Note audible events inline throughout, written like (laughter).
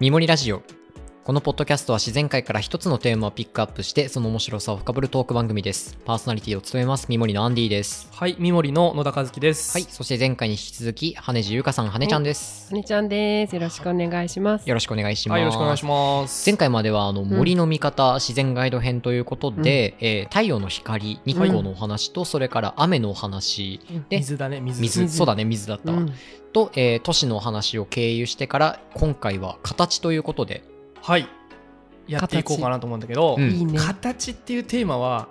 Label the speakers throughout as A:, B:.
A: みもりラジオ。このポッドキャストは自然界から一つのテーマをピックアップして、その面白さを深掘るトーク番組です。パーソナリティを務めます、みもりのアンディです。
B: はい、三森の野田和樹です。
A: はい、そして前回に引き続き、羽地優香さん、羽ちゃんです。
C: ねちゃんです。よろしくお願いします。
A: よろしくお願いします。
B: はい、よろしくお願いします。
A: 前回まではあの森の見方、自然ガイド編ということで、えー太陽の光日光のお話と、それから雨のお話で
B: 水だね、水。
A: 水
C: 水
A: そうだね水だったわ、
C: うん
A: と、えー都市のお話を経由してから今回は形ということで
B: はい。やっていこうかなと思うんだけど、
A: う
B: うん
A: ん
C: いいね。
B: 形っていうテーマは、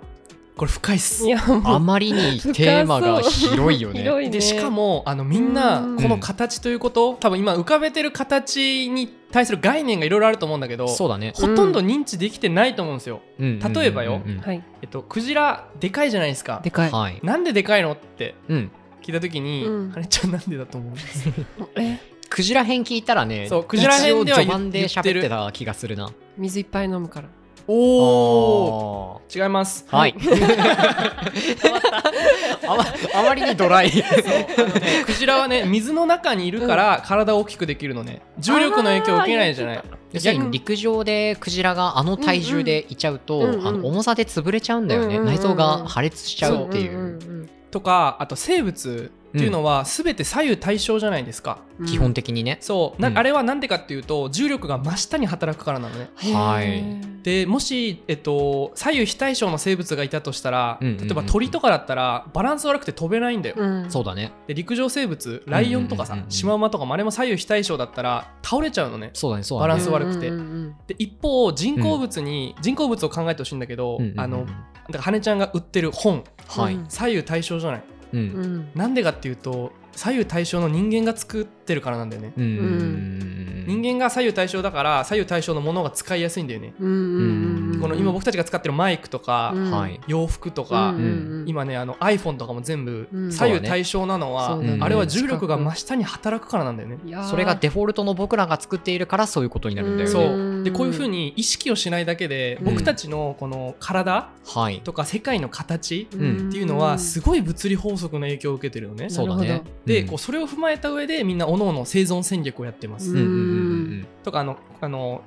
B: これ深いっす
C: い。やもう
A: あまりにテーマが広いよ
C: (laughs)
A: ね。
C: 広いね。
B: で、しかも、あの、みんな
C: うん、
B: この形ということ、多分今浮かべてる形に対する概念がいろいろあると思うんだけど、
A: そうだね、
B: ほとんど認知できてないと思うんですよ。
A: うん
B: 例えばよ
A: うんうんうん
C: はい、
B: えっと、クジラ、でかいじゃないですか
C: で。かい。
A: はい、
B: なんででかいのって
A: うん、
B: 聞いたときに、
C: うん
B: あれちゃんなんでだと思うんです
A: (laughs)
C: え、
A: クジラ編聞いたらね
B: そうクジラ編では
A: 一応序盤で
B: 言って
A: 喋
B: る
A: ってた気がするな
C: 水いっぱい飲むから。
B: おー
A: お
B: 違います。
A: はいあま (laughs) あまりにドラ
B: (laughs)
A: イ
C: (laughs)
B: そうあのね、クジラはね水の中にいるから体を大きくできるのね重力の影響を受けないじゃない
A: 要するに陸上でクジラがあの体重でいちゃうと、
C: うんうんうんうん
A: あの重さで潰れちゃうんだよね、
C: うんうんうん
A: 内臓が破裂しちゃうっていう、
C: んん
B: とかあと生物っていうのは全て左右対称じゃないですか、
C: うん
A: 基本的にね、
B: そうな
A: うん
B: あれはなんでかっていうと重力が真下に働くからなのね
C: へー
A: はい
B: でもし、えっと、左右非対称の生物がいたとしたら、
A: うんうんうんうん
B: 例えば鳥とかだったらバランス悪くて飛べないんだよ、
C: うん。
A: そう
C: う。
A: だね
B: で陸上生物ライオンとかさ、
A: うんうんうんうん
B: シマウマとかもあれも左右非対称だったら倒れちゃうのね
A: そうだねそう
B: バ
A: だ
B: ラン
A: ね
B: ス悪くて
C: うんうん
B: で一方人工物に、人工物を考えてほしいんだけど、
A: うんうんうん
B: あのだから羽ちゃんが売ってる本
A: はい、
C: うん
B: 左右対称じゃない
A: うん
C: うんうん。
B: なんでかっていうと左右対称の人間が作ってるからなんだよね、
A: うん間
B: 人間が左右対称だから左右対称のものが使いやすいんだよね、
C: うんうんうん。
B: この今僕たちが使ってるマイクとか、
C: うん
A: はい
B: 洋服とか、
C: うんうんうん
B: 今ねあの iPhone とかも全部
C: うん
B: 左右対称なのは、
C: そう
A: だね
B: あれは重力が真下に働くからなんだよね、
C: いやー
A: それがデフォルトの僕らが作っているからそういうことになるんだよね、
B: そ
C: うん
B: うでこういうふうに意識をしないだけで
C: うん
B: 僕たちのこの体
A: はい
B: とか世界の形
C: う
A: うん
C: ん
B: っていうのはすごい物理法則の影響を受けてるよね。
A: そうだ
C: な
A: ね
C: るほ
B: で、
A: うん
B: こうそれを踏まえた上でみんな各々生存戦略をやってます。
A: うんうんうん
B: とかあのあの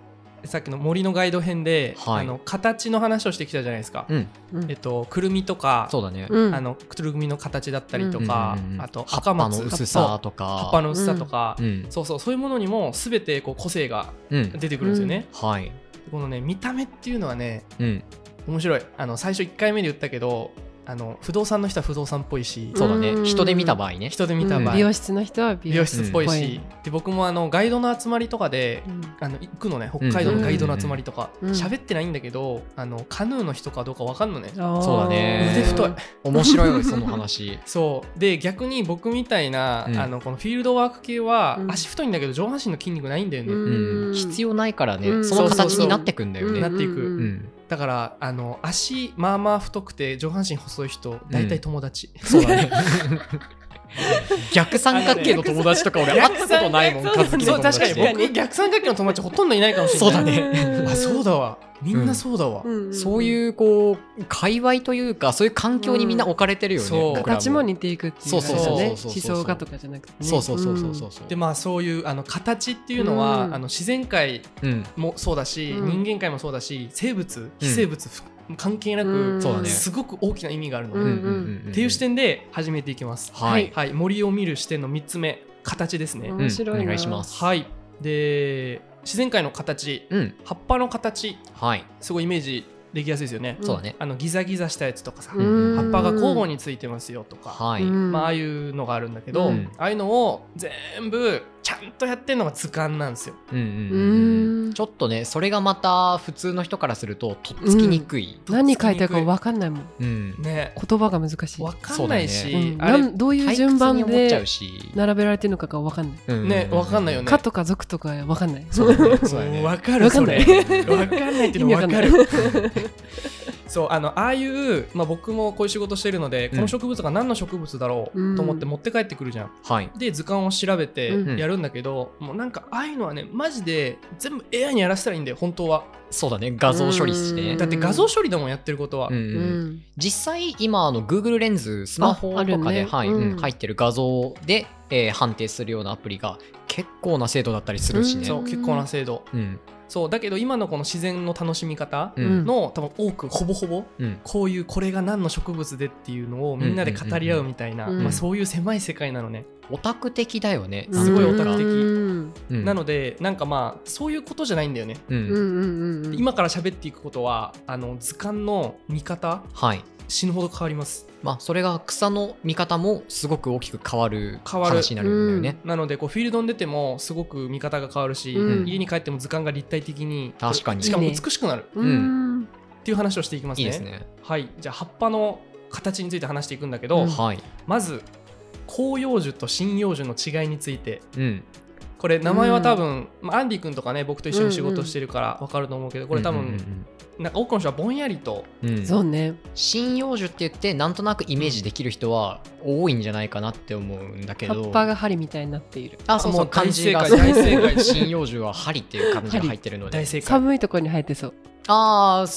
B: さっきの森のガイド編で、
A: はい
B: あの形の話をしてきたじゃないですか。
A: うんうん
C: うん
B: えっとくるみとか、
A: そうだね、
C: うん
B: あのくるみの形だったりと
A: うん
B: か、
A: うんうん
B: あと
A: 葉っぱの
B: 赤松
A: 薄さとか
B: 葉っぱの薄さとか、
A: うん
B: そうそうそういうものにも全てこう個性が
A: うん
B: 出てくるんですよね。
A: はい
B: このね見た目っていうのはね
A: うん
B: 面白いあの最初1回目で言ったけどあの不動産の人は不動産っぽいし、
A: そうだ
C: うんうんう
A: ね
C: ん
A: 人で見た場合ね
B: 人で見た
C: う
B: 場
C: ん
B: 合、
C: 美容室の人は
B: 美
C: 美容
B: 容
C: 室。
B: 室っぽいし、で僕もあのガイドの集まりとかで、あの行くのね北海道のガイドの集まりとか
C: うん
B: 喋、ってないんだけどあのカヌーの人かどうか分かんのね、
A: そう
C: そ
A: だね
B: 腕太い
A: 面白いその話
B: そうで逆に僕みたいな、
A: うん
B: あのこのフィールドワーク系は、
C: うん
B: 足太いんだけど上半身の筋肉ないんだよね、
A: うん必要ないからね、
C: うん
A: その
B: そうそう
A: 形
B: そう
A: になってくんだよね。
B: なっていく
A: うん
B: だからあの足まあまあ太くて上半身細い人大体友達、
A: そうだ
B: (laughs)
A: ね。逆三角形の友達とか俺会ったことないもん、
C: 逆
A: カ
C: 三角形
A: ズキ
B: そ
A: の
B: う
A: 友達
B: 確かに
A: で
B: 僕逆三角形の友達ほとんどいないかもしれない
A: そうだね
B: あそうだわみんなそうだわ、
A: そういうこう界隈というかそういう環境にみんな置かれてるよね、
B: うんそう
A: 僕ら
C: 形も似ていくっていう
A: そう
B: そうそう
C: ね思
A: そうそうそう
C: 想がとかじゃなくて、ね、
A: そうそうそうそうそうそう
B: でまあそういうあの形っていうのは、
C: うん
B: あの自然界
A: うん
B: もそうだし、
C: うん
B: 人間界もそうだし生物非生物、関係なく、
C: うん
A: そうだね
B: すごく大きな意味があるの、
A: う
C: うんん
A: う
C: うんん
A: うん
B: っていう視点で始めていきます。
A: はい
B: はい、森を見る視点の3つ目形ですね。
C: うん
A: うん
C: 面白いな
A: お願いします
B: はいで自然界の形
A: うん
B: 葉っぱの形
A: はい
B: すごいイメージできやすいですよね。
A: そうだね
B: あのギザギザしたやつとかさ、
A: うん
B: 葉っぱが交互
C: に
B: についてますよとか、
A: はい、
B: まあ、ああ
C: い
B: いうのがあるんだけど、
A: うん
B: ああいうのを全部ちゃんとやってるのが図鑑なんですよ。
A: うんうんうん
C: うん
A: ちょっとねそれがまた普通の人からするととっつきにくい、
C: 何書いてあるか分かんないもん
A: うん
B: ね
C: 言葉が難しい、
B: わかんないし、
C: うん
B: あ
C: な
B: れ
C: んどういう
A: 退
C: 順
A: 屈に思
C: 番
A: っちゃ
C: で
A: うし、
C: 並べられてるのかが分かんない、
A: うん
B: ねわかんないよね
C: かとか族とか分かんない
A: そうだ
B: (laughs)
A: ねそうだ
B: も
A: ね
B: うわかる
C: わか
B: そ
C: んな
B: れ
C: い
B: わかんないっていうのわか
C: 意味
B: る (laughs) そうあのああいう、まあ、僕もこういう仕事してるので、この植物が何の植物だろうと思って持って帰ってくるじゃん、
A: はい
B: で図鑑を調べて
C: うん
B: やるんだけど、もうなんかああいうのはねマジで全部 AI にやらせたらいいんだよ本当は
A: そうだね画像処理して
C: うん
A: ね
B: だって画像処理だもんやってることは、
A: うんう
C: うんん。
A: 実際今あの Google レンズスマホ
C: あある
A: と
C: ね
A: かで、はい
C: うん
A: うん入ってる画像で、えー判定するようなアプリが結構な精度だったりするしね。
B: そううん結構な精度
A: うん
B: そうだけど今のこの自然の楽しみ方
A: うん
B: の、多分多くほぼほぼ
A: うん
B: こういうこれが何の植物でっていうのをみんなで語り合うみたいな、
C: うんうんうんうん
B: まあ、そういう狭い世界なのね、
A: オタク的だよね。
B: うんすごいオタク的
C: 的。
A: うん
B: なのでなんかまあそういうことじゃないんだよね
A: うん
C: うんうんうん。、
B: 今から喋っていくことはあの図鑑の見方
A: はい。
B: 死ぬほど変わります
A: まあそれが草の見方もすごく大きく変わる
B: 変わる
A: 話になるんだよね。
B: なのでこうフィールドに出てもすごく見方が変わるし、
C: うん
B: 家に帰っても図鑑が立体的に
A: 確かに
B: しかも美しくなる
C: う。
A: うん
B: っていう話をしていきます
A: い
B: ね
A: いですね。
B: はいじゃあ葉っぱの形について話していくんだけど、
C: うん
A: はい。
B: まず広葉樹と針葉樹の違いについて
A: うん。
B: これ名前は多分、まあアンディ君とかね僕と一緒に仕事してるから分かると思うけどこれ多分、
A: うん
B: なんか多くの人はぼんやりと
A: うんうんうん
C: そうね。
A: 針葉樹って言ってなんとなくイメージできる人は多いんじゃないかなって思うんだけ
C: 葉
A: ど
C: っぱが針みたいになっている。
A: あそうそ
B: も
A: う
B: う
A: 漢字が
B: 大正解
A: そう
B: (laughs) 大正解
A: 針葉樹は針っていう漢字が入ってる
B: (laughs)
A: ので
B: 大正解
C: 寒いところに生えてそう。
A: ああ
B: 解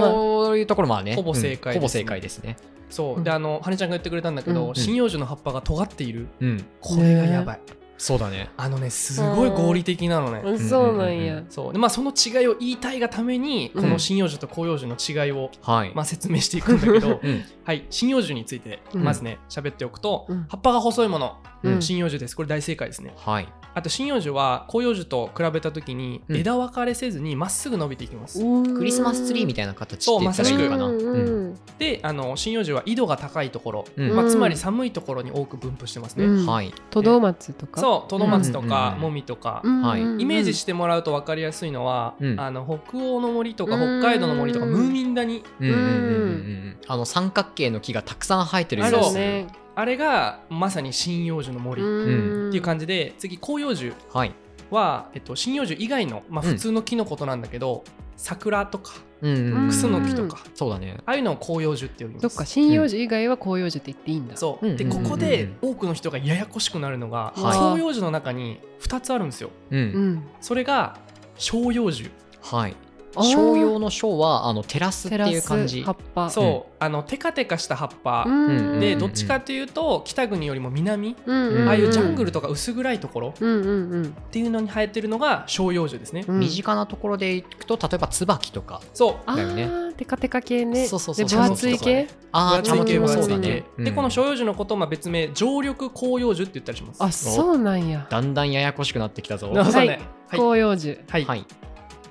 A: そういうところもあるね
B: ほぼ正解
A: うんほぼ正解ですね
B: そう、
C: うん
B: であの羽根ちゃんが言ってくれたんだけど、
C: うん
B: 針葉樹の葉っぱが尖っている
A: うん
B: これがやばい、
A: そうだね
B: あのねすごい合理的なのね、
C: うんそうなん
A: うんうん
C: や
A: う。
B: そうでまあその違いを言いたいがためにこ
C: うん
B: の針葉樹と広葉樹の違いを、
A: はい
B: まあ、説明していくんだ
A: (laughs)
B: けど、
A: うん
B: はい針葉樹について
C: うん
B: まずね喋っておくと、
C: うん
B: 葉っぱが細いもの
A: うん
C: うん
B: 針葉樹ですこれ大正解ですね
A: はい
B: あと針葉樹は広葉樹と比べた時に
A: うん
B: 枝分かれせずにまっすぐ伸びていきます、
A: クリスマスツリーみ
C: た
A: たいな形って言ったらいいのかな
C: うん
A: う
C: うんん
B: であの針葉樹は緯度が高いところ、
A: うん
B: まあ、つまり寒いところに多く分布してますね、
C: うん
A: はい
C: トドマツとか。
B: そうトドマツと
A: うんうん
B: か
A: うん
B: モミとか、
C: うん
A: はい
B: イメージしてもらうと分かりやすいのは、
A: うん
B: あの北欧の森とか
C: うん
B: 北海道の森とかムーミン谷
A: うんうんうんうんうんあの三角形の木がたくさん生えてる
B: あ
A: やつ
B: る
C: そ
B: よ
C: うね。
B: あれがまさに針葉樹の森っ
A: ん
B: ていう感じで次広葉樹
A: はい
B: は、えっと、針葉樹以外の、まあ、
A: うん
B: 普通の木のことなんだけど、桜とか
A: うんうんうん
B: クスノキ
C: うん
B: とか、
A: そうだね
B: ああいうのを広葉樹って呼びます
C: そっか、針葉樹以外は広葉樹って言っていいんだ。
B: そう、
A: うん
B: で
A: うんうん
B: こ
A: うん
B: こで多くの人がややこしくなるのが、
C: はい
B: 広葉樹の中に2つあるんですよ
A: う
C: うんん。
B: それが照葉樹
A: はい
C: あー
A: 商用の商はあのテラスっていう感じ
C: テラス葉っぱ。
B: そう、あのテカテカした葉っぱ、
C: うん
B: で
A: うん
B: どっちかというと北国よりも南、
C: うん
A: うん
B: ああいうジャングルとか薄暗いところっ
C: うんうんうん
B: ていうのに生えてるのが照葉樹ですね、
C: うん
A: 身近なところでいくと例えば椿とか
B: そう
C: あ
A: だよね
C: ーテカテカ系ね
A: そうそうそう
C: で分厚い
A: 茶の木
C: 系
A: とああ
B: 分厚い系
A: 茶の木もそう
B: 分
A: だ
B: 厚い
A: ね
B: 系、でこの照葉樹のことをまあ別名常緑広葉樹って言ったりします
C: あそうなんや
A: だんだんややこしくなってきたぞ
B: なるほどねはい、
C: 広葉樹
B: はい
A: はい、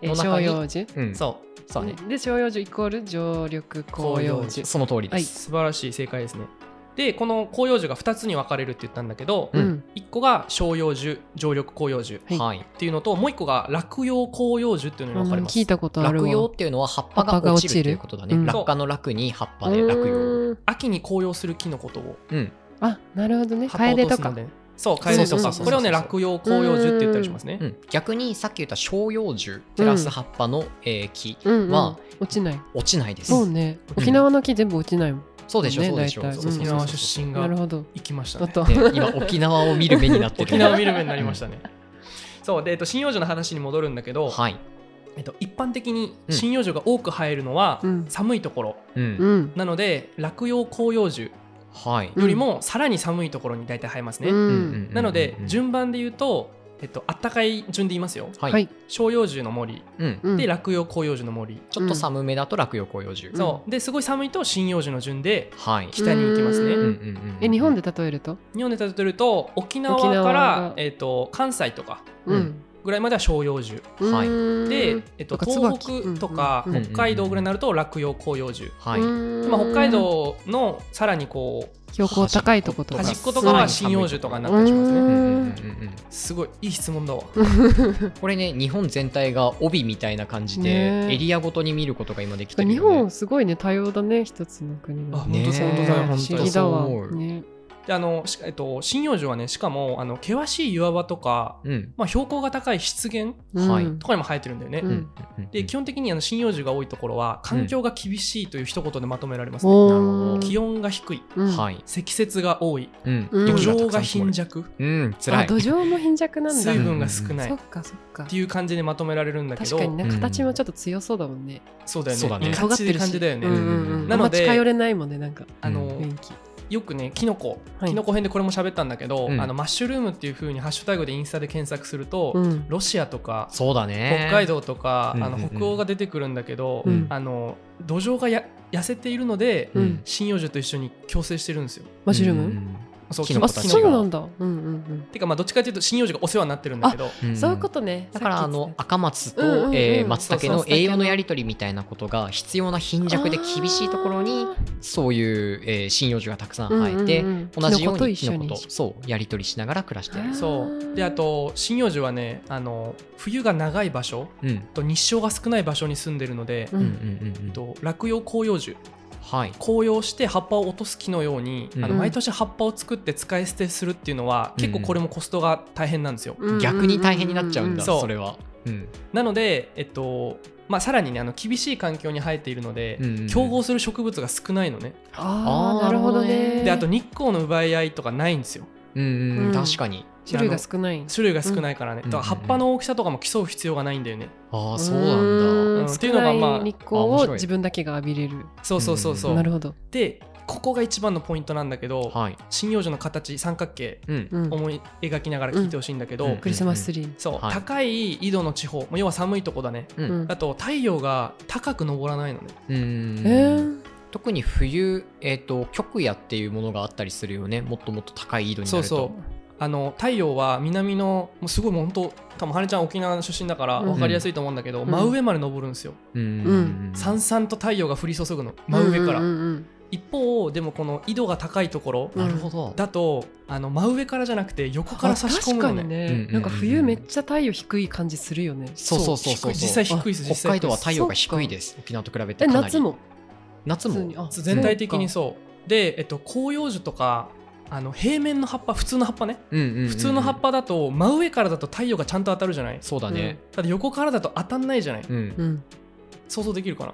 C: え
A: の
C: ー
A: 中
C: 照
A: に
C: 葉樹
A: うん、そう
B: そ
A: そうね、
C: で照葉樹イコール常緑広葉樹
A: その通り
B: う、
A: です、
B: 素晴らしい正解ですねでこの広葉樹が2つに分かれるって言ったんだけど、
A: う
C: うんん
B: 一個が照葉樹常緑広葉樹っ
C: はい
A: はい
B: ていうのともう一個が落葉広葉樹っていうのに分かれます、
C: 聞いたことある
A: 落
C: わ
A: 葉っていうのは葉っぱ
C: 葉っぱ
A: が
C: が
A: 落
C: 落
A: ちると
C: ちる
A: いうことだね、
C: うん
A: 落下の落に葉っぱで落葉
C: うーん
B: 秋に紅葉する木のことを
A: うん
C: あなるほどね
B: 葉っ
C: 楓
B: ぱを落と
C: と
B: すの
C: か
B: でそう楓と
A: そうそう
B: か
A: そう
B: これをね
A: そうそう
B: 落葉広葉樹って言ったりしますね、
A: うん、逆にさっき言った照葉樹テラス葉っぱの、えー木
C: うんうん
A: は
C: 落ちない
A: 落ちないです、
C: そうね
A: うん
C: 沖縄の木全部落ちないもん
A: そうでしょ、
C: ね
A: そうでしょ
C: 大体
A: そうそうそう
B: 沖縄出身
C: な
B: が
C: るほど
B: 行きました
C: おっ
B: ね
C: と
A: ね今沖縄を見る目になってる
B: 沖縄見る目になりましたね (laughs) そうで、えっと、針葉樹の話に戻るんだけど、
A: はい、
B: えっと、一般的に
A: うん
B: 針葉樹が多く生えるのは、
C: うん
B: 寒いところ
A: うん
C: うん
B: なので落葉広葉樹
A: はい、
B: よりもさらに寒いところに大体生えますね、
C: うん
B: なので
A: うん
B: 順番で言うと、えっと、あったかい順で言いますよ
A: はい、
C: はい
B: 照葉樹の森
A: うん、
C: うん
B: で落葉広葉樹の森、
A: ちょっと寒めだと落葉広葉樹、
C: うん
B: そうですごい寒いと針葉樹の順で
A: はい、
B: 北に行きますね、
C: うん
A: ん
C: え日本
A: で
C: で例えると
B: 日本で例えると沖縄
C: 沖
B: か
C: 縄
B: ら
C: が
B: えっと関西とか
C: うん
B: ぐらいまでは照葉樹
A: はい
B: で、えっと、東北とか
A: うんうんうん
B: 北海道ぐらいになると落葉広葉樹、
A: はい、
B: まあ、北海道のさらにこ
C: 標高高いとこと
B: う
C: か
B: 端っことかは針葉樹とかになったりします
A: う
B: ね
A: んうんうんうん
B: すごいいい質問だわ
A: これね日本全体が帯みたいな感じで、
C: ねえ
A: エリアごとに見ることが今できてる
C: 日
A: よね
C: 本すごいね多様だね一つの国
B: あ
C: が
B: 本当そう
A: ねえ
B: 本当だよ
C: 不
B: 本当
C: 思
B: に
C: 議だ
A: そう思
C: わ
A: う
C: ね
B: であの、しえっと、針葉樹はねしかもあの険しい岩場とか、
A: うん。
B: まあ、標高が高い湿原
C: うん
A: はい
C: うん
B: とかにも生えてるんだよね、
C: うん
B: で基本的にあの針葉樹が多いところは環境が厳しいという一言でまとめられますね、
C: お
A: なるほど
B: 気温が低い
C: うん
A: はい。
B: 積雪が多い
A: うん。
C: うん
B: 土
A: 雪
B: 壌
A: た
B: が
A: くさん積も
B: 貧
A: る。
B: 弱
A: うん、辛
C: あ
A: い
C: 土。壌も貧弱なんだ
B: 水分が少ない
C: そっ
B: っ
C: かそっか
B: ていう感じでまとめられるんだけ
C: 確
B: ど
C: かにね
A: うん
C: 形もちょっと強そうだもんね
B: そうだよね
A: そうだね
C: 尖
B: 感
C: っ
B: じ
C: て
B: で
C: る
B: 感
C: し
B: じだよね、
C: うんうんうん
B: なので
C: あんま近寄れないもんねなんか
B: あの
C: 雰囲気
B: よくねキノコ
C: はい
B: キノコ編でこれも喋ったんだけど、
A: うん
B: あのマッシュルームっていう風にハッシュタグでインスタで検索すると、
C: うん
B: ロシアとか
A: そうだね。
B: 北海道とか、
A: うんうん
B: あ
A: うん
B: の北欧が出てくるんだけど、
C: うん
B: あの土壌がや痩せているので、
C: うん
A: うん
B: 針葉樹と一緒に共生してるんですよ。
C: マッシュルーム
A: ム
B: そう
A: キ
B: キ
A: ノ
B: ノ
A: コ
B: コ
C: あ
A: た
B: た
A: ち
B: ち
C: そうな
B: が。
C: んだうんうん
B: てかまあどっちかというと針葉樹がお世話になってるんだけど
C: うんそういうことね
A: だからあの
C: さっ
A: 赤松
C: うんうん
A: と
C: うん
A: えー松茸
B: そ
A: の
B: う
A: 栄養のやり取りみたいなことが必要な貧
C: き言っ
A: 弱で
C: てた
A: 厳しいところに
C: あ
A: そういうえー針葉樹がたくさん
C: ー
A: 生えて
C: うんうんうん
A: 同じよう
C: キノコと
A: に
C: 一
A: キ
C: 緒
A: ノコ
C: に
A: とそうやり取りしながら暮らしている
C: あー。
B: そうであと針葉樹はねあの冬が長い場所
A: うんうん
B: と日照が少ない場所に住んでるので、
C: う
A: うんうんんうん
B: と落葉広葉樹
A: はい。
B: 紅葉して葉っぱを落とす木のように、
A: うん
B: あの毎年葉っぱを作って使い捨てするっていうのは、
A: うん
B: 結構これもコストが大変なんですよ。
C: うん
A: 逆に大変になっちゃうんだ
B: うんうんうん
A: それは。うん
B: なので、えっとまあ、さらにねあの厳しい環境に生えているので、
A: うんうんうん
B: 競合する植物が少ないのね
A: あー
C: あーなるほど
A: へ
C: ね
A: ー
B: であと日光の奪い合いとかないんですよ
A: うんう
C: うんん
A: 確かに。
C: 種類が少ない
B: 種類が少ないからね、
A: うん
B: だから葉っぱの大きさとかも競う必要がないんだよね、
A: ああそうなんだ。
B: うん
C: 少
B: っていうのがまあ
C: ない日光
A: あ面
C: を
A: 白い
C: 自分だけが浴びれる
B: そうそうそうそう、
A: ん
C: なるほど
B: でここが一番のポイントなんだけど
A: はい。
B: 針葉樹の形三角形
A: うん
C: うん
B: 思い描きながら聞いてほしいんだけど、
A: うん
C: クリスマスツリー
B: そう、
A: はい
B: 高い緯度の地方要は寒いとこだね
A: うん
C: うん
B: あと太陽が高く昇らないのね
A: うんうん
C: えー
A: 特に冬、えー、と極夜っていうものがあったりするよねもっともっと高い緯度にな
B: そう
A: ると
B: そうあの太陽は南のもうすごいもう本当多分羽根ちゃん沖縄の出身だから
C: うん
B: 分かりやすいと思うんだけど、
C: うん
B: 真上まで登るんですよ、
A: う
C: うん
B: さんさんと太陽が降り注ぐの真上から、
C: うんうんうん
B: 一方でもこの緯度が高いところ
C: うん
A: なるほど
B: だとあの真上からじゃなくて横から差し込むの
C: あ確かに
B: ね
A: うんうん
C: ね
A: うん
C: なんか冬めっちゃ太陽低い感じするよね
A: そうそうそうそう
B: 低い実際低いです
A: あ北
B: 実際低
A: 海
B: い
A: 道は
B: です
A: 太陽が低いです沖縄と比べて
C: え
A: かなり
C: 夏も
A: 夏
C: 普通にあ
A: も
B: そう全体的にそうで、えっと、広葉樹とかあの平面の葉っぱ普通の葉っぱね、
A: 普
B: 普通の葉っぱだと真上からだと太陽がちゃんと当たるじゃない
A: そうだね
B: ただ横からだと当たんないじゃない、
A: うん
C: うん
B: 想像できるかな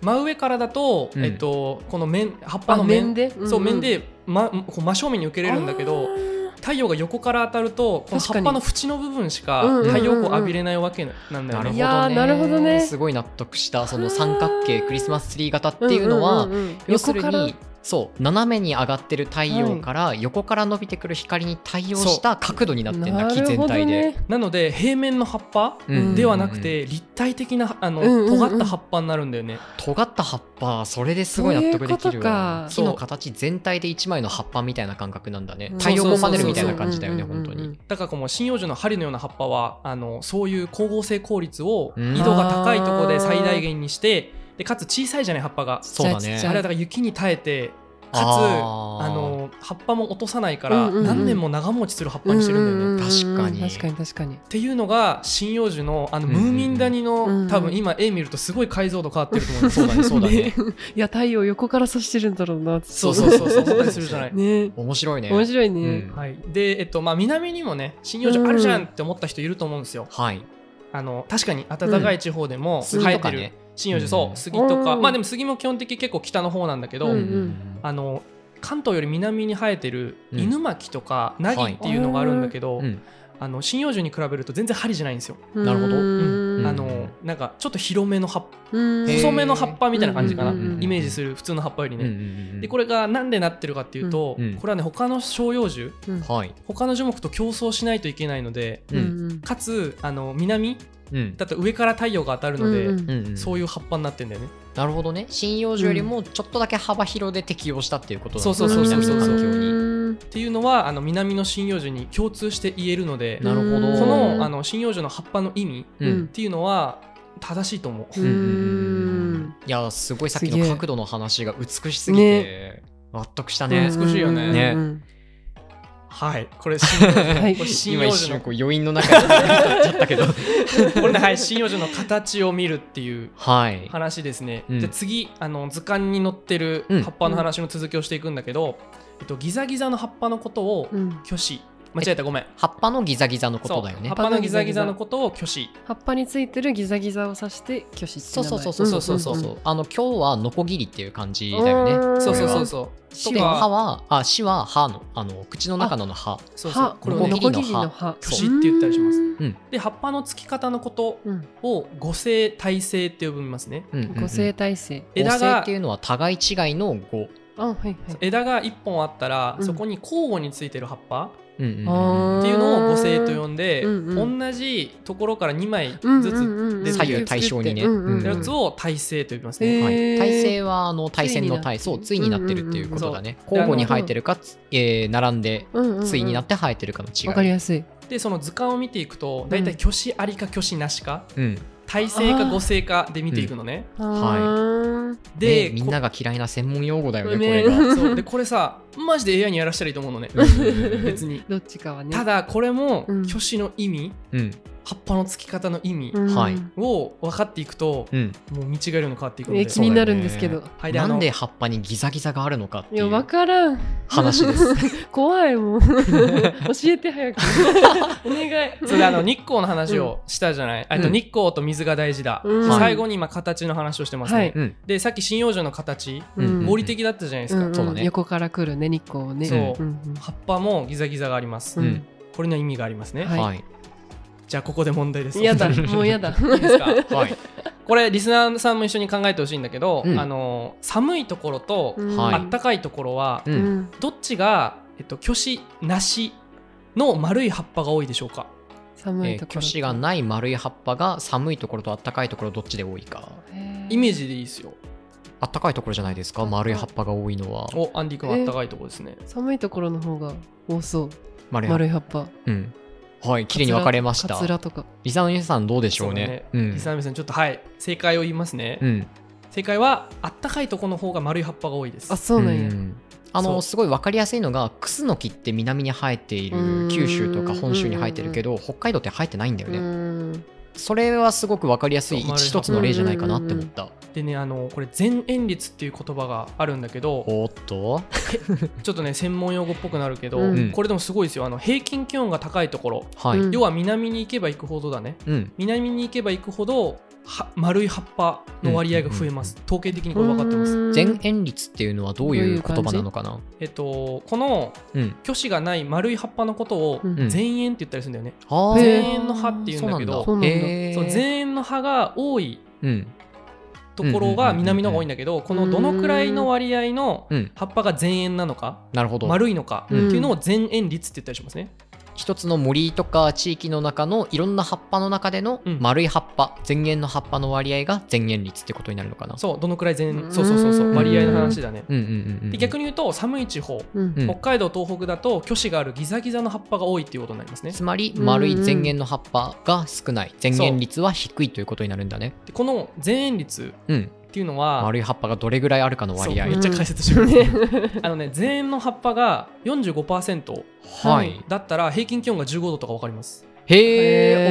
B: 真上からだと、
A: うん
B: えっと、この面葉っぱの面
C: 面でんん
B: そう面で、ま、こう真正面に受けれるんだけ
C: あ
B: ど
C: ー
B: 太陽が横から当たるとこの
C: 確
B: 葉
C: か
B: っ
C: に
B: ぱの縁の部分しか
C: うんうんうんうん
B: 太陽光を浴びれないわけなんだ
A: なるほ
B: よね。
A: ど
C: い
A: ね
C: やーなるほどね
A: すごい納得したその三角形クリスマスツリー型っていうのは、
C: んんんん
A: 要する
C: 横から
A: にそう斜めに上がってる太陽から横から伸びてくる光に対応した角度になってんだ、木全体で、
C: なるほどね
B: なので平面の葉っぱ
A: うんうんうん
B: ではなくて立体的なあの
C: うんうんうん
B: 尖った葉っぱになるんだよね。
A: 尖った葉っぱそれですごい納得でき
C: そうい
A: る
C: うこと
A: わ
C: か
A: 木の形全体で一枚の葉っぱみたいな感覚なんだね
C: うん
A: 太陽光パネルみたいな感じだよね
C: そうそう
A: 本
C: そう
A: 当
C: そう
A: に
B: だからこの針葉樹の針のような葉っぱはあのそういう光合成効率を
A: うん
B: 緯度が高いところで最大限にしてでかつ小さいじゃない葉っぱが。
A: そうだね
C: ちっち
B: あ
C: ゃい
B: れはだから雪に耐えてかつ
A: あー
B: あの葉っぱも落とさないから
C: うんうんうん
B: 何年も長持ちする葉っぱにしてるんだよね。
C: ううう
A: 確かに
C: 確かに確かに
B: っていうのが針葉樹のあの
A: うんうんうん
B: ムーミン谷の、
C: うんうん
B: 多分今絵見るとすごい解像度変わってると思うん
A: (laughs)
B: です
A: そうだ
B: (laughs)
A: ねそうだね
C: いや太陽横から差してるんだろうな
B: そうそうそうそうそうするじゃない、
C: (laughs) ね
A: 面白いね
C: 面白いね、
A: うん
B: はい、でえっとまあ南にもね針葉樹あるじゃんって思った人いると思うんですよ、
A: はい
B: あの確かに暖かい地方でも
A: 杉
B: 生え
A: と
B: て
A: か
B: る、
A: ね
B: 針葉樹
A: う
B: そ
A: ん
B: う杉とか、
C: うん
B: まあでも杉も基本的に結構北の方なんだけど、
C: うん
B: あの関東より南に生えてる
A: うん
B: 犬巻とかナギっていうのがあるんだけど、
A: うん
B: あの針葉樹に比べると全然針じゃないんですよ、
A: なるほど
C: うん
A: うん
B: あのなんかちょっと広めの葉っぱ
C: うん
A: へー
B: 細めの葉っぱみたいな感じかな、
C: うんうんうん
B: イメージする普通の葉っぱよりね、
A: うん
B: でこれがなんでなってるかっていうと、
A: うんうん
B: これはね他の照葉樹
C: うん
A: れはい
B: 他の樹木と競争しないといけないので
A: う
C: うんん
B: かつあの南
A: うん
B: だと上から太陽が当たる
C: う
B: ので、
C: ん
A: うんうん
B: そういう葉っぱになってんだよね、
A: なるほどね針葉樹よりもちょっとだけ幅広で適応したっていうことだね
B: そうそうそうそう
A: 南の環境に
C: に
B: っていうのはあの南の針葉樹に共通して言えるので、
A: なるほど
B: こ
C: うん
B: のあの針葉樹の葉っぱの意味っ
A: うん
B: ていうのは正しいと思う、
C: うんうん
A: いやすごいさっき
C: すげ
A: の
C: え
A: 角度の話が美しすぎて納得したね、
B: 美しいよね
A: ね
C: うん
B: はいこれ針葉
C: はい
B: 樹これ
A: (laughs)
B: 針
A: 今
B: 葉
A: 一
B: 樹
A: 瞬
B: の
A: こう余韻の中に入っちゃった
C: (laughs)
A: けど
B: これねはい針葉樹の形を見るっていう
A: はい
B: 話ですね、
A: うん
B: じゃあ次あの図鑑に載ってる
A: うん
B: 葉っぱの話の続きをしていくんだけど、えっと、ギザギザの葉っぱのことを
C: うん
B: 虚子間違えたごめん
A: 葉っぱのギザギザのことだよ
B: そう葉
A: ね
B: っ。ぱのギザギザのことを虚子
C: 葉っぱについてるギザギザを指して虚子って
A: そう
C: 名前
A: そうそうそうそうそうそう。
C: んんん
A: あの今日はノコギリっていう感じだよね。
C: ん
B: そうそうそう
C: そ
B: そう
A: で
B: とか
A: 歯はあ歯は歯のあの口の中のの歯。
B: そう
C: う
B: そう
C: 歯
B: これ
A: ノ
B: を
A: コ
B: ね
A: ギリ
C: 歯
A: そう
B: って言ったりします
C: うん
B: で葉っぱの付き方のこと
C: うん
B: を五性耐性って呼びますね
A: うんうんうん
C: 五性体制
A: 五
B: 枝
A: 星
B: が
A: っていうのは互い違いの五。
C: あはいはい
B: 枝が1本あったら、
C: うん
B: そこに交互についてる葉っぱ
A: うんうんうん
C: あー
B: っていうのを五性と呼んで、
C: うんうん
B: 同じところから2枚ずつ、
C: ず
B: つ
A: 左右対称にねうん
B: やつを耐性と呼びます
C: へ
B: ね、
C: ー
A: はい、体勢はあの対戦の体
C: ついになってる
A: そうついになってるっていうことだね、
B: うんう
A: 交
B: んうん
A: 互に生えてるか、つえー並んでついになってて生えてるかの違い、
C: わかりやすい
B: でその図鑑を見ていくと大体虚子ありか虚子なしか
A: うん、
B: 耐性か
C: あー
B: 五性かで見ていくのね、
C: は
A: で
B: で
A: みんなが嫌いな専門用語だよね
C: ね
A: これが、
B: こ (laughs) そうでこれさマジで AI にやらしたらいいと思うのね
A: うん
B: 別に
C: いどっちかはね
B: ただこれも
C: うん
B: 虚子の意味、
A: (laughs) うん
B: 葉っぱの付き方の意味
C: うん
A: はい
B: を分かっていくと、
A: うん、
B: もう見違えるの変わっていくので
C: え気になるんですけ
A: そう
C: ど
B: はいであ
A: な
B: の
A: んで葉っぱにギザギザがあるのかって
C: い
A: い
C: やわ
A: う
C: からん
A: 話です
C: 怖いもん教えて早くお願い
B: それであの日光の話をしたじゃない、あと日光と水が大事だ、
C: うん
B: 最後に今形の話をしてますね、
C: はい
A: うん
B: でさっき針葉樹の形
C: うん
B: 合理的だったじゃないです
C: うん
B: か、
C: うん
A: そうだね
C: 横から来るね日光をね
B: そう
C: うんうん
B: 葉っぱもギザギザがあります、
A: うん
B: これには意味がありますね、
C: はい
A: はい
B: じゃあここで問題です (laughs)
C: やだもうやだ
B: いいですか
A: はい、
B: これリスナーさんも一緒に考えてほしいんだけど、
A: うん
B: あの寒いところと
A: はい
B: あったかいところは、
A: う、
C: うんん
B: どっちが、えっと、虚子なしの丸い葉っぱが多いでしょうか
C: 寒
A: え
C: い
A: ー
C: ところ
A: 虚子がない丸い葉っぱが寒いところと暖かいところどっちで多いか
B: イメー
C: ジ
B: ジでいいですよ
A: 暖かいところじゃないですか丸い葉っぱが多いのは
B: おアンディ君あったかいところですね、
C: 寒いところの方が多そう
A: 丸い葉っぱ
C: 丸い葉っぱ
A: うんはい綺麗に分かれました
C: カツラとか
A: リサの皆さんどうでしょうね
B: そうだ
A: ん
B: リサナミさんちょっとはい正解を言いますね、
A: うん
B: 正解はあったかいところの方が丸い葉っぱが多いです
C: あそうなんや
A: んあ
B: そ
A: の
B: う
A: すごい分かりやすいのがクスノキって南に生えていう
C: ー
A: る
C: ん
A: 九州とか本州に生えてるけど北海道って生えてないんだよ
C: う
A: ね
C: ん
A: それはすごく分かりやすい
B: そう丸い
A: 一つの例じゃないかなって思った
B: でねあのこれ全円率っていう言葉があるんだけど
A: おーっと
B: ちょっとね専門用語っぽくなるけど、
C: うん
B: これでもすごいですよあの平均気温が高いところ
A: はい
C: うん
B: 要は南に行けば行くほどだね
A: うん
B: 南に行けば行くほどは丸い葉っぱの割合が増えます、統計的にこれ分かってます、
A: 全円率っていうのはどういう
C: どういう
A: 言
C: 感
A: 葉
C: じ
A: なのかな
B: えっとこの
A: うん
B: 虚子がない丸い葉っぱのことを
C: うん
A: うん
B: 全円って言ったりするんだよね、
A: あー
B: 全円の葉っていうん
A: そう
B: だ
A: な
B: け
A: ん
B: ど
A: だ
C: そうなんだ
A: へー
B: そう全円の葉が多い
A: うん
B: ところが南の方が多いんだけどこのどのくらいの割合の
A: うん
B: 葉っぱが全円なのか
A: なるほど
B: 丸いのかって
C: うん
B: いうのを全円率って言ったりしますね。
A: 一つの森とか地域の中のいろんな葉っぱの中での
B: うん
A: 丸い葉っぱ全円の葉っぱの割合が全円率ってことになるのかな
B: そうどのくらい全
C: う
B: 円
C: ん
B: そうそうそうそう割合の話だね。
A: うんうんうんうん
B: で逆に言うと寒い地方
C: うん
A: うん
B: 北海道東北だと虚子があるギザギザの葉っぱが多いっていうことになりますね。
A: つまり
C: うんうん
A: 丸い前円の葉っぱが少ない前円率は低いということになるんだね
B: でこの全円率
A: うん
B: っていうのは
A: 丸い葉っぱがどれぐらいあるかの
B: そう
A: 割合
B: めっちゃ解説しますね。 (laughs) あのね全円の葉っぱが45%
A: はい
B: だったら平均気温が15度とか分かります。
A: へ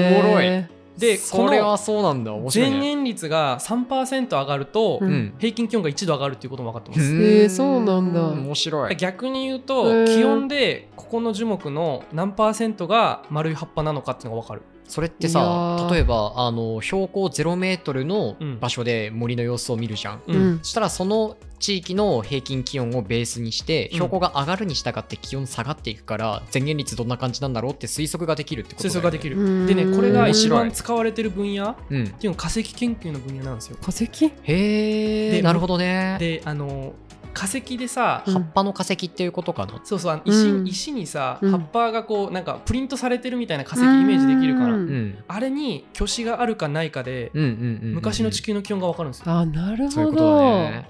A: えおもろい
B: で
A: そ
B: こ
A: れは
B: の
A: そうなんだ面白い
B: 全
A: ね
B: 円率が3%上がると、
C: うん
A: うん
B: 平均気温が1度上がるっていうことも分かってます。
C: へえそうなんだ
A: 面白い
B: 逆に言う
C: へ
B: と
C: ー
B: 気温でここの樹木の何パーセントが丸い葉っぱなのかっていうのが分かる
A: それって
C: いや
A: さ
C: ー
A: 例えばあの標高0メートルの
B: うん
A: 場所で森の様子を見るじゃん、
B: う
C: うんん
A: そしたらその地域の平均気温をベースにして
B: うん
A: 標高が上がるに従って気温下がっていくから前円率どんな感じなんだろうって推測ができるってことだ
B: 推
A: よね
B: 測ができる、
C: うん
B: でねこれが一
A: 面白い
B: 番使われてる分野っ
A: うん
B: ていうのが化石研究の分野なんですよ
C: 化石
A: へえ
B: で
A: なるほどね
B: であの化石でさ、
C: うん
A: 葉っぱの化石っていうことかな、
B: そうそうあの石,、
C: うん
B: 石にさ
C: うん
B: 葉っぱがこうなんかプリントされてるみたいな化石イメージできるから、
C: うん
A: ん、
B: あれに虚子があるかないかで、
A: うんうんうんうんうん
B: 昔の地球の気温が分かるんですよ、
C: あなる
A: そういう
C: ほ
A: こと
C: ど
A: だね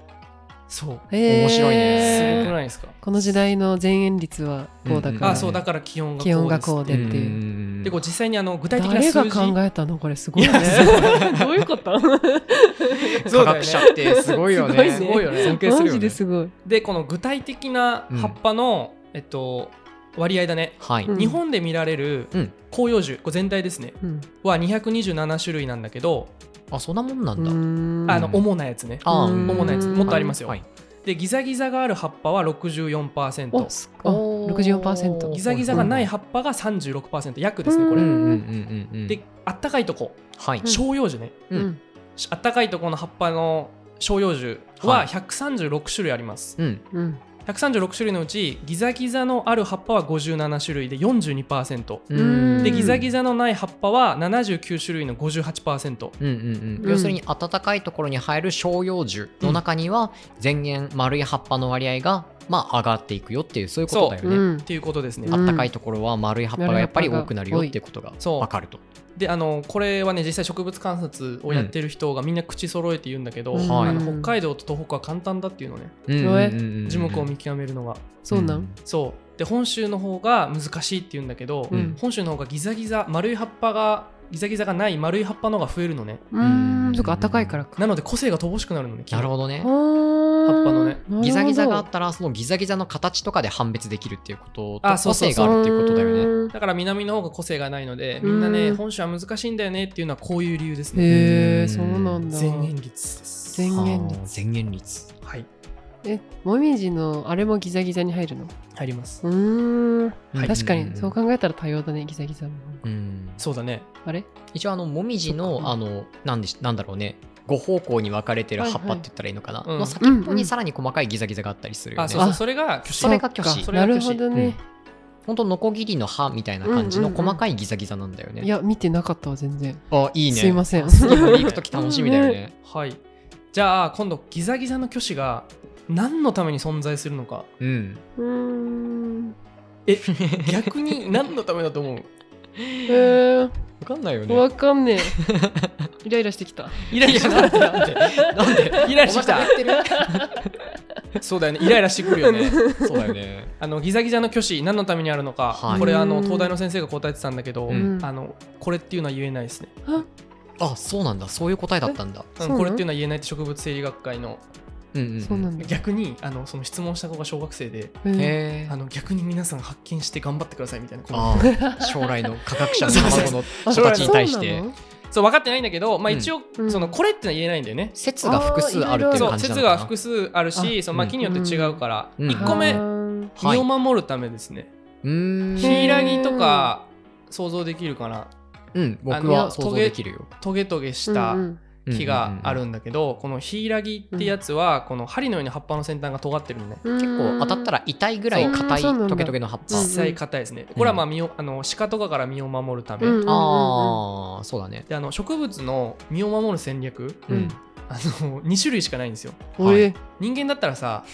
B: そう
C: へー
A: 面白いね
B: すごくないですか、
C: この時代の前円率はこうだ
A: うん
C: から、
B: あそうだから気温がこうです
C: 気温がこうでって
A: ん
C: いうん
B: でこう実際にあの具体的な
C: 誰
B: 数字
C: が考えたのこれすごいね
B: いや。
C: どういうこと？
A: (laughs)
B: (laughs)
A: 科学者ってすごいよね
C: すごいね
B: よね
A: 尊敬する
C: マ
A: よ
C: ジ
A: ね
C: ですごい。
B: でこの具体的な葉っぱの、えっと、割合だね
A: (laughs) はい、
C: うん
B: 日本で見られる
A: うん
B: 広葉樹これ全体ですね
C: うん
B: は227種類なんだけど、
A: あそんなもんなんだ、
C: うーん
B: あの主なやつね
A: あー
C: うん
B: 主なやつもっとありますよ、
A: はい、
B: でギザギザがある葉っぱは64%
C: お
A: す
C: あ
A: ごい
C: 64%
B: ギザギザがない葉っぱが36%約ですねこ
A: うん
B: れ、
A: うんうんうんうん
B: であったかいとこ
A: はい、
B: 照葉樹ね、
A: うん
C: うん
B: あったかいとこの葉っぱの照葉樹
A: は
B: はい136種類あります、
A: うん
C: うん
B: 136種類のうちギザギザのある葉っぱは57種類で42%
A: うん
B: でギザギザのない葉っぱは79種類の58%
A: うんうんう、
C: うんん
A: 要するに暖かいところに生える照葉樹の中には全円丸い葉っぱの割合がまあ上がっていくよっていうそういうことだよ
C: う
A: ね、
C: ん
B: っていうことですね、
C: うん
A: 暖かいところは丸い葉っぱがやっぱり多くなるよっていうことが
B: そう
A: 分かると。
B: であのこれはね実際植物観察をやってる人がみんな口揃えて言うんだけど、
C: うん
B: あの北海道と東北は簡単だっていうのね
A: うんうんうんうん
B: 樹木を見極めるのが、
C: そうなん
B: そうで本州の方が難しいっていうんだけど、
A: うん
B: 本州の方がギザギザ丸い葉っぱがギザギザがない丸い葉っぱの方が増えるのね
C: う
A: うん
C: んそっか暖かいからか
B: なので個性が乏しくなるのね
A: なる
B: ほ
A: ほどね
C: 葉。っ
B: ぱのね
A: ギザギザがあったらそのギザギザの形とかで判別できるっていうことと
B: あ
A: 個
B: そうそう
A: 性
B: そ
A: があるっていうことだよね。
C: よ
B: だから南の方が個性がないのでみんなね
C: うん
B: 本州は難しいんだよねっていうのはこういう理由ですね
C: へ
A: う
C: え
A: ん
C: そうなんだ
B: 前円率です
C: 前
A: はあ
C: 円率
A: 前円率。
B: はい
C: えもみじのあれもギザギザに入るの
B: 入ります
C: うーん
A: はい
C: 確かにそう考えたら多様だねギザギザも
A: うん
B: そうだね
C: あれ
A: 一応あのもみじ
C: そっ
A: の
C: か
A: あのなんでしなんだろうね5方向に分かれてる葉っ
C: はい
A: ぱ
C: は
A: っ
C: い
A: て言ったらいいのかな、
B: うん
A: の先っぽ
C: うんう
A: に
C: ん
A: さらに細かいギザギザがあったりするよ
B: あ
A: ね、
B: そうそう
C: あ
B: それが挙手
A: それが虚子
C: っか
B: それが
C: なる
B: 虚子
C: ほどね
A: ほんとノコギリの歯みたいな感じの
C: うんうんうん
A: 細かいギザギザなんだよね、
C: いや見てなかったわ全然
A: あいいね
C: すいません
A: 次も行く時楽しみだよね
B: はいじゃあ今度ギザギザの虚子が何のために存在するのか
C: (laughs)
A: うん
C: うーん
B: え逆に何のためだと思う
C: えー
A: 分かんないよね
C: わかんねえイライラしてきた
B: イライラしてきた
C: (laughs)
B: なんでなん (laughs) でイライラして
A: お (laughs)
B: きた
A: 腹減ってる
B: そうだよねイライラしてくる
A: (laughs)
B: よね
A: そうだよね
B: あのギザギザの虚子何のためにあるのか、
A: はい
B: これあの東大の先生が答えてたんだけど、
A: うん
B: あのこれっていうのは言えないですね、
A: あそうなんだそういう答えだったんだ
B: う、
C: そうんなの
B: これっていうのは言えないって植物生理学会の
A: うんうん、うん、
C: そうなんだ
B: 逆にあのその質問した子が小学生で
C: え
A: へえ
B: あの逆に皆さん発見して頑張ってくださいみたいなコメント
A: あー将来の科学者の卵の
C: ー
A: 人たちに対して
C: そうなの
B: そう分かってないんだけど、まあ、
A: うん
B: 一応、
C: うん
B: そのこれってのは言えないんだよね、
A: 説が複数あるっていう
B: そう
A: 感じな
B: 説
A: のかな
B: が複数あるしそのまあ
A: うん
B: 木によって違うから、
A: うん
B: 1個目、
C: あー
A: は
B: 身
A: い
B: を守るためですね、
A: うーん
B: ヒイラギとか想像できるかな
A: うん、
B: あ
A: 僕
B: の
A: は想像できるよ。
B: トゲトゲした
C: うんうん
B: 木がある
A: だ。
B: んだけど、このヒイラギってやつはこの針のように葉っぱの先端が尖ってるのね
C: 結
A: こう当たったら痛いぐらい硬い
C: そううん
A: トゲトゲの葉っぱ
B: 実。際硬いですね、これはまあ身をあの鹿とかから身を守るため、
A: ああ、そうだね。
B: であの植物の身を守る戦略
A: う
C: うんん、
B: あの2種類しかないんですよ
C: おえ
B: 人間だったらさ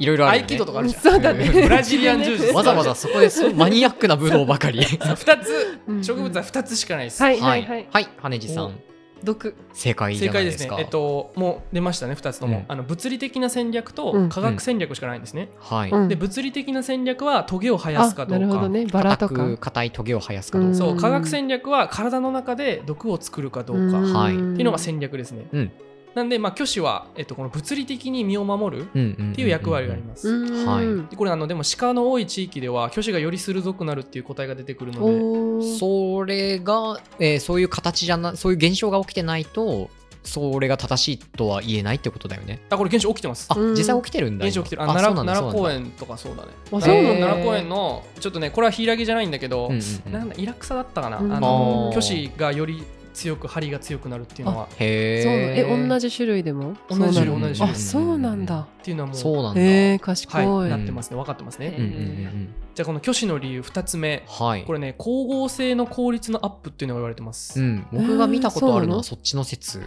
A: いろいろある
B: 合
A: よ
B: 気道と
A: ね。
B: かあるじゃん
C: そうだね
B: ブラジリアン柔術
A: わざわざそこでそうマニアックなブドウばかり。
B: 2つ
C: うんうん
B: 植物は2つしかないです、
C: はいはいはい
A: はい、羽地さん、
C: 毒
A: 正解じ
B: 正
A: ゃない
B: 解
A: で
B: です
A: す
B: ね
A: か。
B: えっともう出ましたね2つとも、
A: うん
B: あの物理的な戦略
C: う
B: と
C: ん
B: 科学戦略しかないんですね、
A: はい。
C: うん
B: で物理的な戦略はトゲを生やす
C: あ
B: かど
C: な
B: うか
C: るほどねバラと
A: 硬
C: か
A: く硬いトゲを生やすかどうか。
B: そう科学戦略は体の中で毒を作るかどうか、
C: ん
B: っ
A: はいって
B: ていうのが戦略ですね、
A: うん
B: なんでまあ虚子は、えっと、この物理的に身を守るっ
A: うんうんんん
B: ていう役割があります、
C: うん
A: はい
B: でこれあのでも鹿の多い地域では虚子がより鋭くなるっていう答えが出てくるので
C: おー
A: それが、えーそういう形じゃな、そういう現象が起きてないと、それが正しいとは言えないってことだよね。
B: あこれ現象起きてます
A: あ、
C: うん
A: 実際起きてるんだ。
B: 現象起きてるあ
A: 今
B: 奈良
A: そうなんだ
B: 奈良
A: そう
B: 公
A: なんだ
B: 園とかそうだね
C: あ
A: そうなんだ
B: 奈良奈良公園のちょっとねこれはヒイラギじゃないんだけど、
A: うんうんうん
B: なんだイラクサだったかな、
C: うん
B: あの
A: あー
B: 虚子がより強く針が強くなるっていうのは
A: へ
C: そうなの
A: え。
C: え同じ種類でも
B: 同じ
C: そうな
B: 種
C: の
B: 類同じ種類
C: あそうなんだ
B: っていうのはもう
A: そうなんだ。
C: へえ賢
B: はい、
C: い
B: なってますね分かってますね、
A: うんうんうんうん
B: じゃあこの虚子の理由2つ目
A: はい。
B: これね光合成の効率のアップっていうのが言われてます、
A: うん、僕が見たことあるの
C: え
A: は
C: ー
A: そっちの説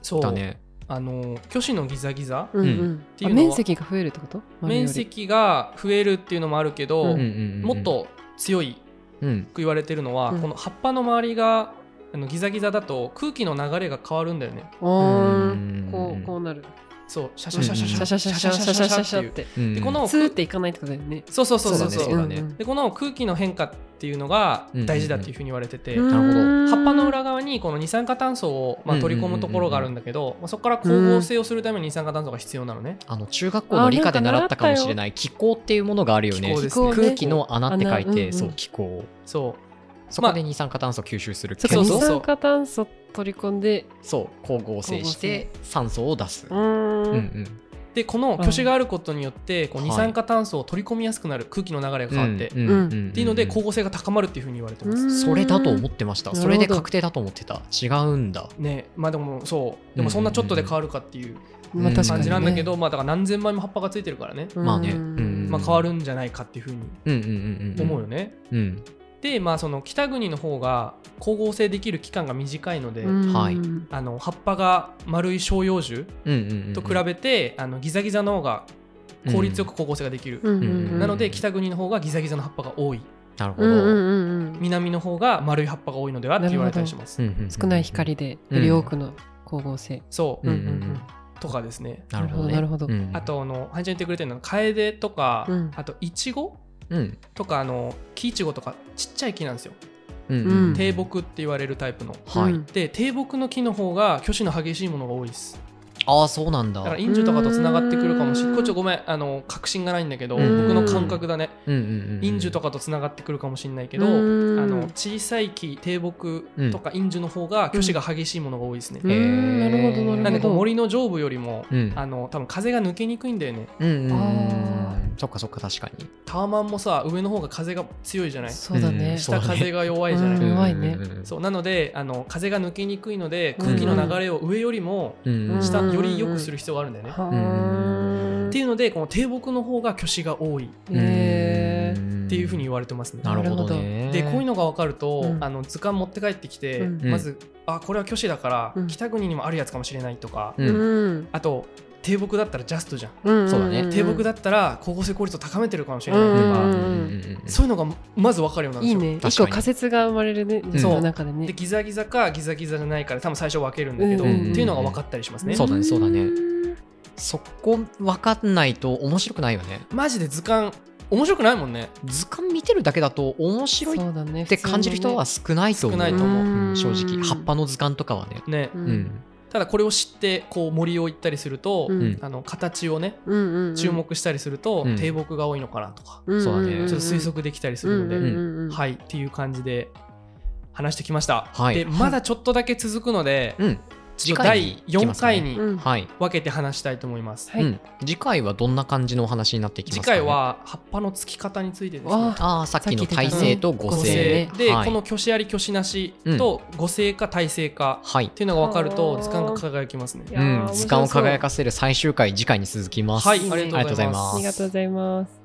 B: そう
A: だね。
B: あの虚子のギザギザ、
C: うん
A: う
C: う
A: ん
C: ん
B: てい
C: あ
B: うのは
C: 面積が増えるってこと前より
B: 面積が増えるっていうのもあるけど、
C: うん
B: もっ、と強い
A: うん、
B: く言われてるのは、
C: うん
B: この葉っぱの周りがあのギザギザだと空気の流れが変わるんだよね
C: あ
A: うん
C: ーこうこうなる
B: そうシャシャシャシャ
A: うん
C: シャシャシャシャシャシャシャシャって
A: うん
B: でこの
C: ツーっていかないってことだよね
B: そうそうそうそう
A: そうだね
B: そう
A: だね
C: んん
B: でこの空気の変化っていうのが大事だっていうふうに言われてて、
A: なるほど
C: うん
B: 葉っぱの裏側にこの二酸化炭素をまあ
A: うん
B: 取り込むところがあるんだけど、まあ、そこから光合成をするために二酸化炭素が必要なのね。
A: あの中学校の理科で習ったかもしれない気候っていうものがあるよね
B: 気候です
C: ね
A: 空気の穴って書いて、
C: 穴うんうん
A: そう気候
B: そう
A: そこで二酸化炭素を吸収する
C: そ
A: け
C: っ
A: ど、
C: か
B: う
C: 二
B: そうそう
C: 酸化炭素取り込んで
A: そう光合成して酸素を出す、
C: う
A: うんう
C: ーん
A: ん、
B: ってこの挙手があることによってこう
A: はい
B: 二酸化炭素を取り込みやすくなる空気の流れが変わって、
A: うん
C: うん
B: っていうので光合成が高まるっていうふうに言われてます。
A: それだと思ってましたそれ
C: な
A: で
C: るほど
A: 確定だと思ってた違うんだ
B: ねまあ、でもそうでもそんなちょっとで変わるかっていう
A: うん
C: まあ、確かに、
B: 感
C: ね、
B: じなんだけど、まあ、だから何千枚も葉っぱがついてるからね、
C: うん、
A: まあねうん
B: まあ、変わるんじゃないかっていうふうに
A: うんうんうんうん
B: 思うよね。
A: うん
B: で、まあ、その北国の方が光合成できる期間が短いので、
C: うん
A: はい
B: あの葉っぱが丸い照葉樹
A: うんうんうんうん
B: と比べて、あのギザギザの方が効率よく光合成ができる、
C: うんうん
A: うん
B: なので北国の方がギザギザの葉っぱが多い
A: なるほ
C: う
A: ど
C: んうん
A: うん
C: うんうん
B: 南の方が丸い葉っぱが多いのではって言われたりします。
A: うんうん
C: 少ない光でより多くの光合成、
B: そう、
A: うんうんうん
B: とかですね。
A: なるほどね
C: なるほどな
A: うん
B: あとあのハイちゃん言ってくれてるのはカエデとか、
C: うん
B: あとイチゴ
A: うん
B: とかあの木イチゴとかちっちゃい木なんですよ。
A: うん
C: うん
B: 低木って言われるタイプの。
A: はい
C: うん
B: で低木の木の方が挙手の激しいものが多いです
A: ああそうなんだ
B: だからインジュとかとつながってくるかもしれな
C: う
B: んいこっちはごめんあの確信がないんだけど
A: う
B: 僕
A: ん
B: の感覚だね
A: うんうんうん
B: インジュと
A: か
B: かとつながってくるかもしれないけどあ
C: うん
B: の小さい木低木とかインジュの方が挙手が激しいものが多いですね
C: う
A: へ
C: んな
A: ー
C: るほどなるほど
B: なんでこう森の上部よりも
A: うん
B: あの多分風が抜けにくいんだよね
A: うんうんうん
C: あ
A: そっかそっか確かに
B: タワマンもさ上の方が風が強いじゃない
C: そうだね、
A: うんそう
B: 下風が弱いじゃ
C: う
B: ない
C: ん弱いね
A: うんうんうん
B: そうなのであの風が抜けにくいので空気の流れを上よりも
A: うんうん
B: 下より良くする必要があるんだよね
C: は
A: うん
C: ー
B: っていうのでこの低木の方が挙手が多いっ
C: へー
B: ていうふうに言われてますね。
A: なるほどね
B: でこういうのが分かると、
C: うん
B: あの図鑑持って帰ってきて、
C: うん
B: まずあこれは挙手だから、
C: うん
B: 北国にもあるやつかもしれないとか、
A: う
C: うんん
B: あと低木だったらジャストじゃん、
C: うん
A: そうだね
B: 低木だったら光合成効率を高めてるかもしれないとか、
C: うん
B: そういうのがまず分かるようになる
C: いい
B: んですよ。
A: 確かに
C: ね一個仮説が生まれるね自分の中でね
B: でギザギザかギザギザじゃないから多分最初分けるんだけど、
C: うん
B: っていうのが分かったりしますね。
A: そうだねそうだね
C: ん
A: そこ分かんないと面白くないよね
B: マジで図鑑面白くないもんね
A: 図鑑見てるだけだと面白いっ
C: そうだね
A: て感じる人は少ないと思う
B: 少ないと思う
A: うん正直葉っぱの図鑑とかはね
B: ね、
C: う
A: うんん
B: ただこれを知ってこう森を行ったりすると、
C: うん
A: うん
B: あの形をね
C: うんうんうん
B: 注目したりすると、
A: うん
B: 低木が多いのかなとか、
C: んんん
A: そうだね
B: ちょっと推測できたりするので、
C: うんうんうん
B: はいっていう感じで話してきました、
A: はい
B: でまだちょっとだけ続くので、
A: うん
B: ちょっと第4回
A: 次
B: に
C: うん
A: はい
B: 分けて話したいと思います、
C: はい
A: うん次回はどんな感じのお話になっていきます
B: 次
A: か
B: 回は葉っぱの付き方についてですね
C: わ
A: ああさっきの
C: さっ
A: 体
C: き出た
A: 勢と五
C: あ
B: 個
A: 性
B: 性
C: 五
B: で、
A: はい
B: この挙手あり挙手なしと五性か体性か
A: はい
B: っていうのが分かると図鑑が輝きますね
C: いや
A: う
C: ー
A: ん
C: 面白そう
A: 図鑑を輝かせる最終回次回に続きます
B: はい
C: ありがとうございます
A: ありがとうございます
C: ありがとうございます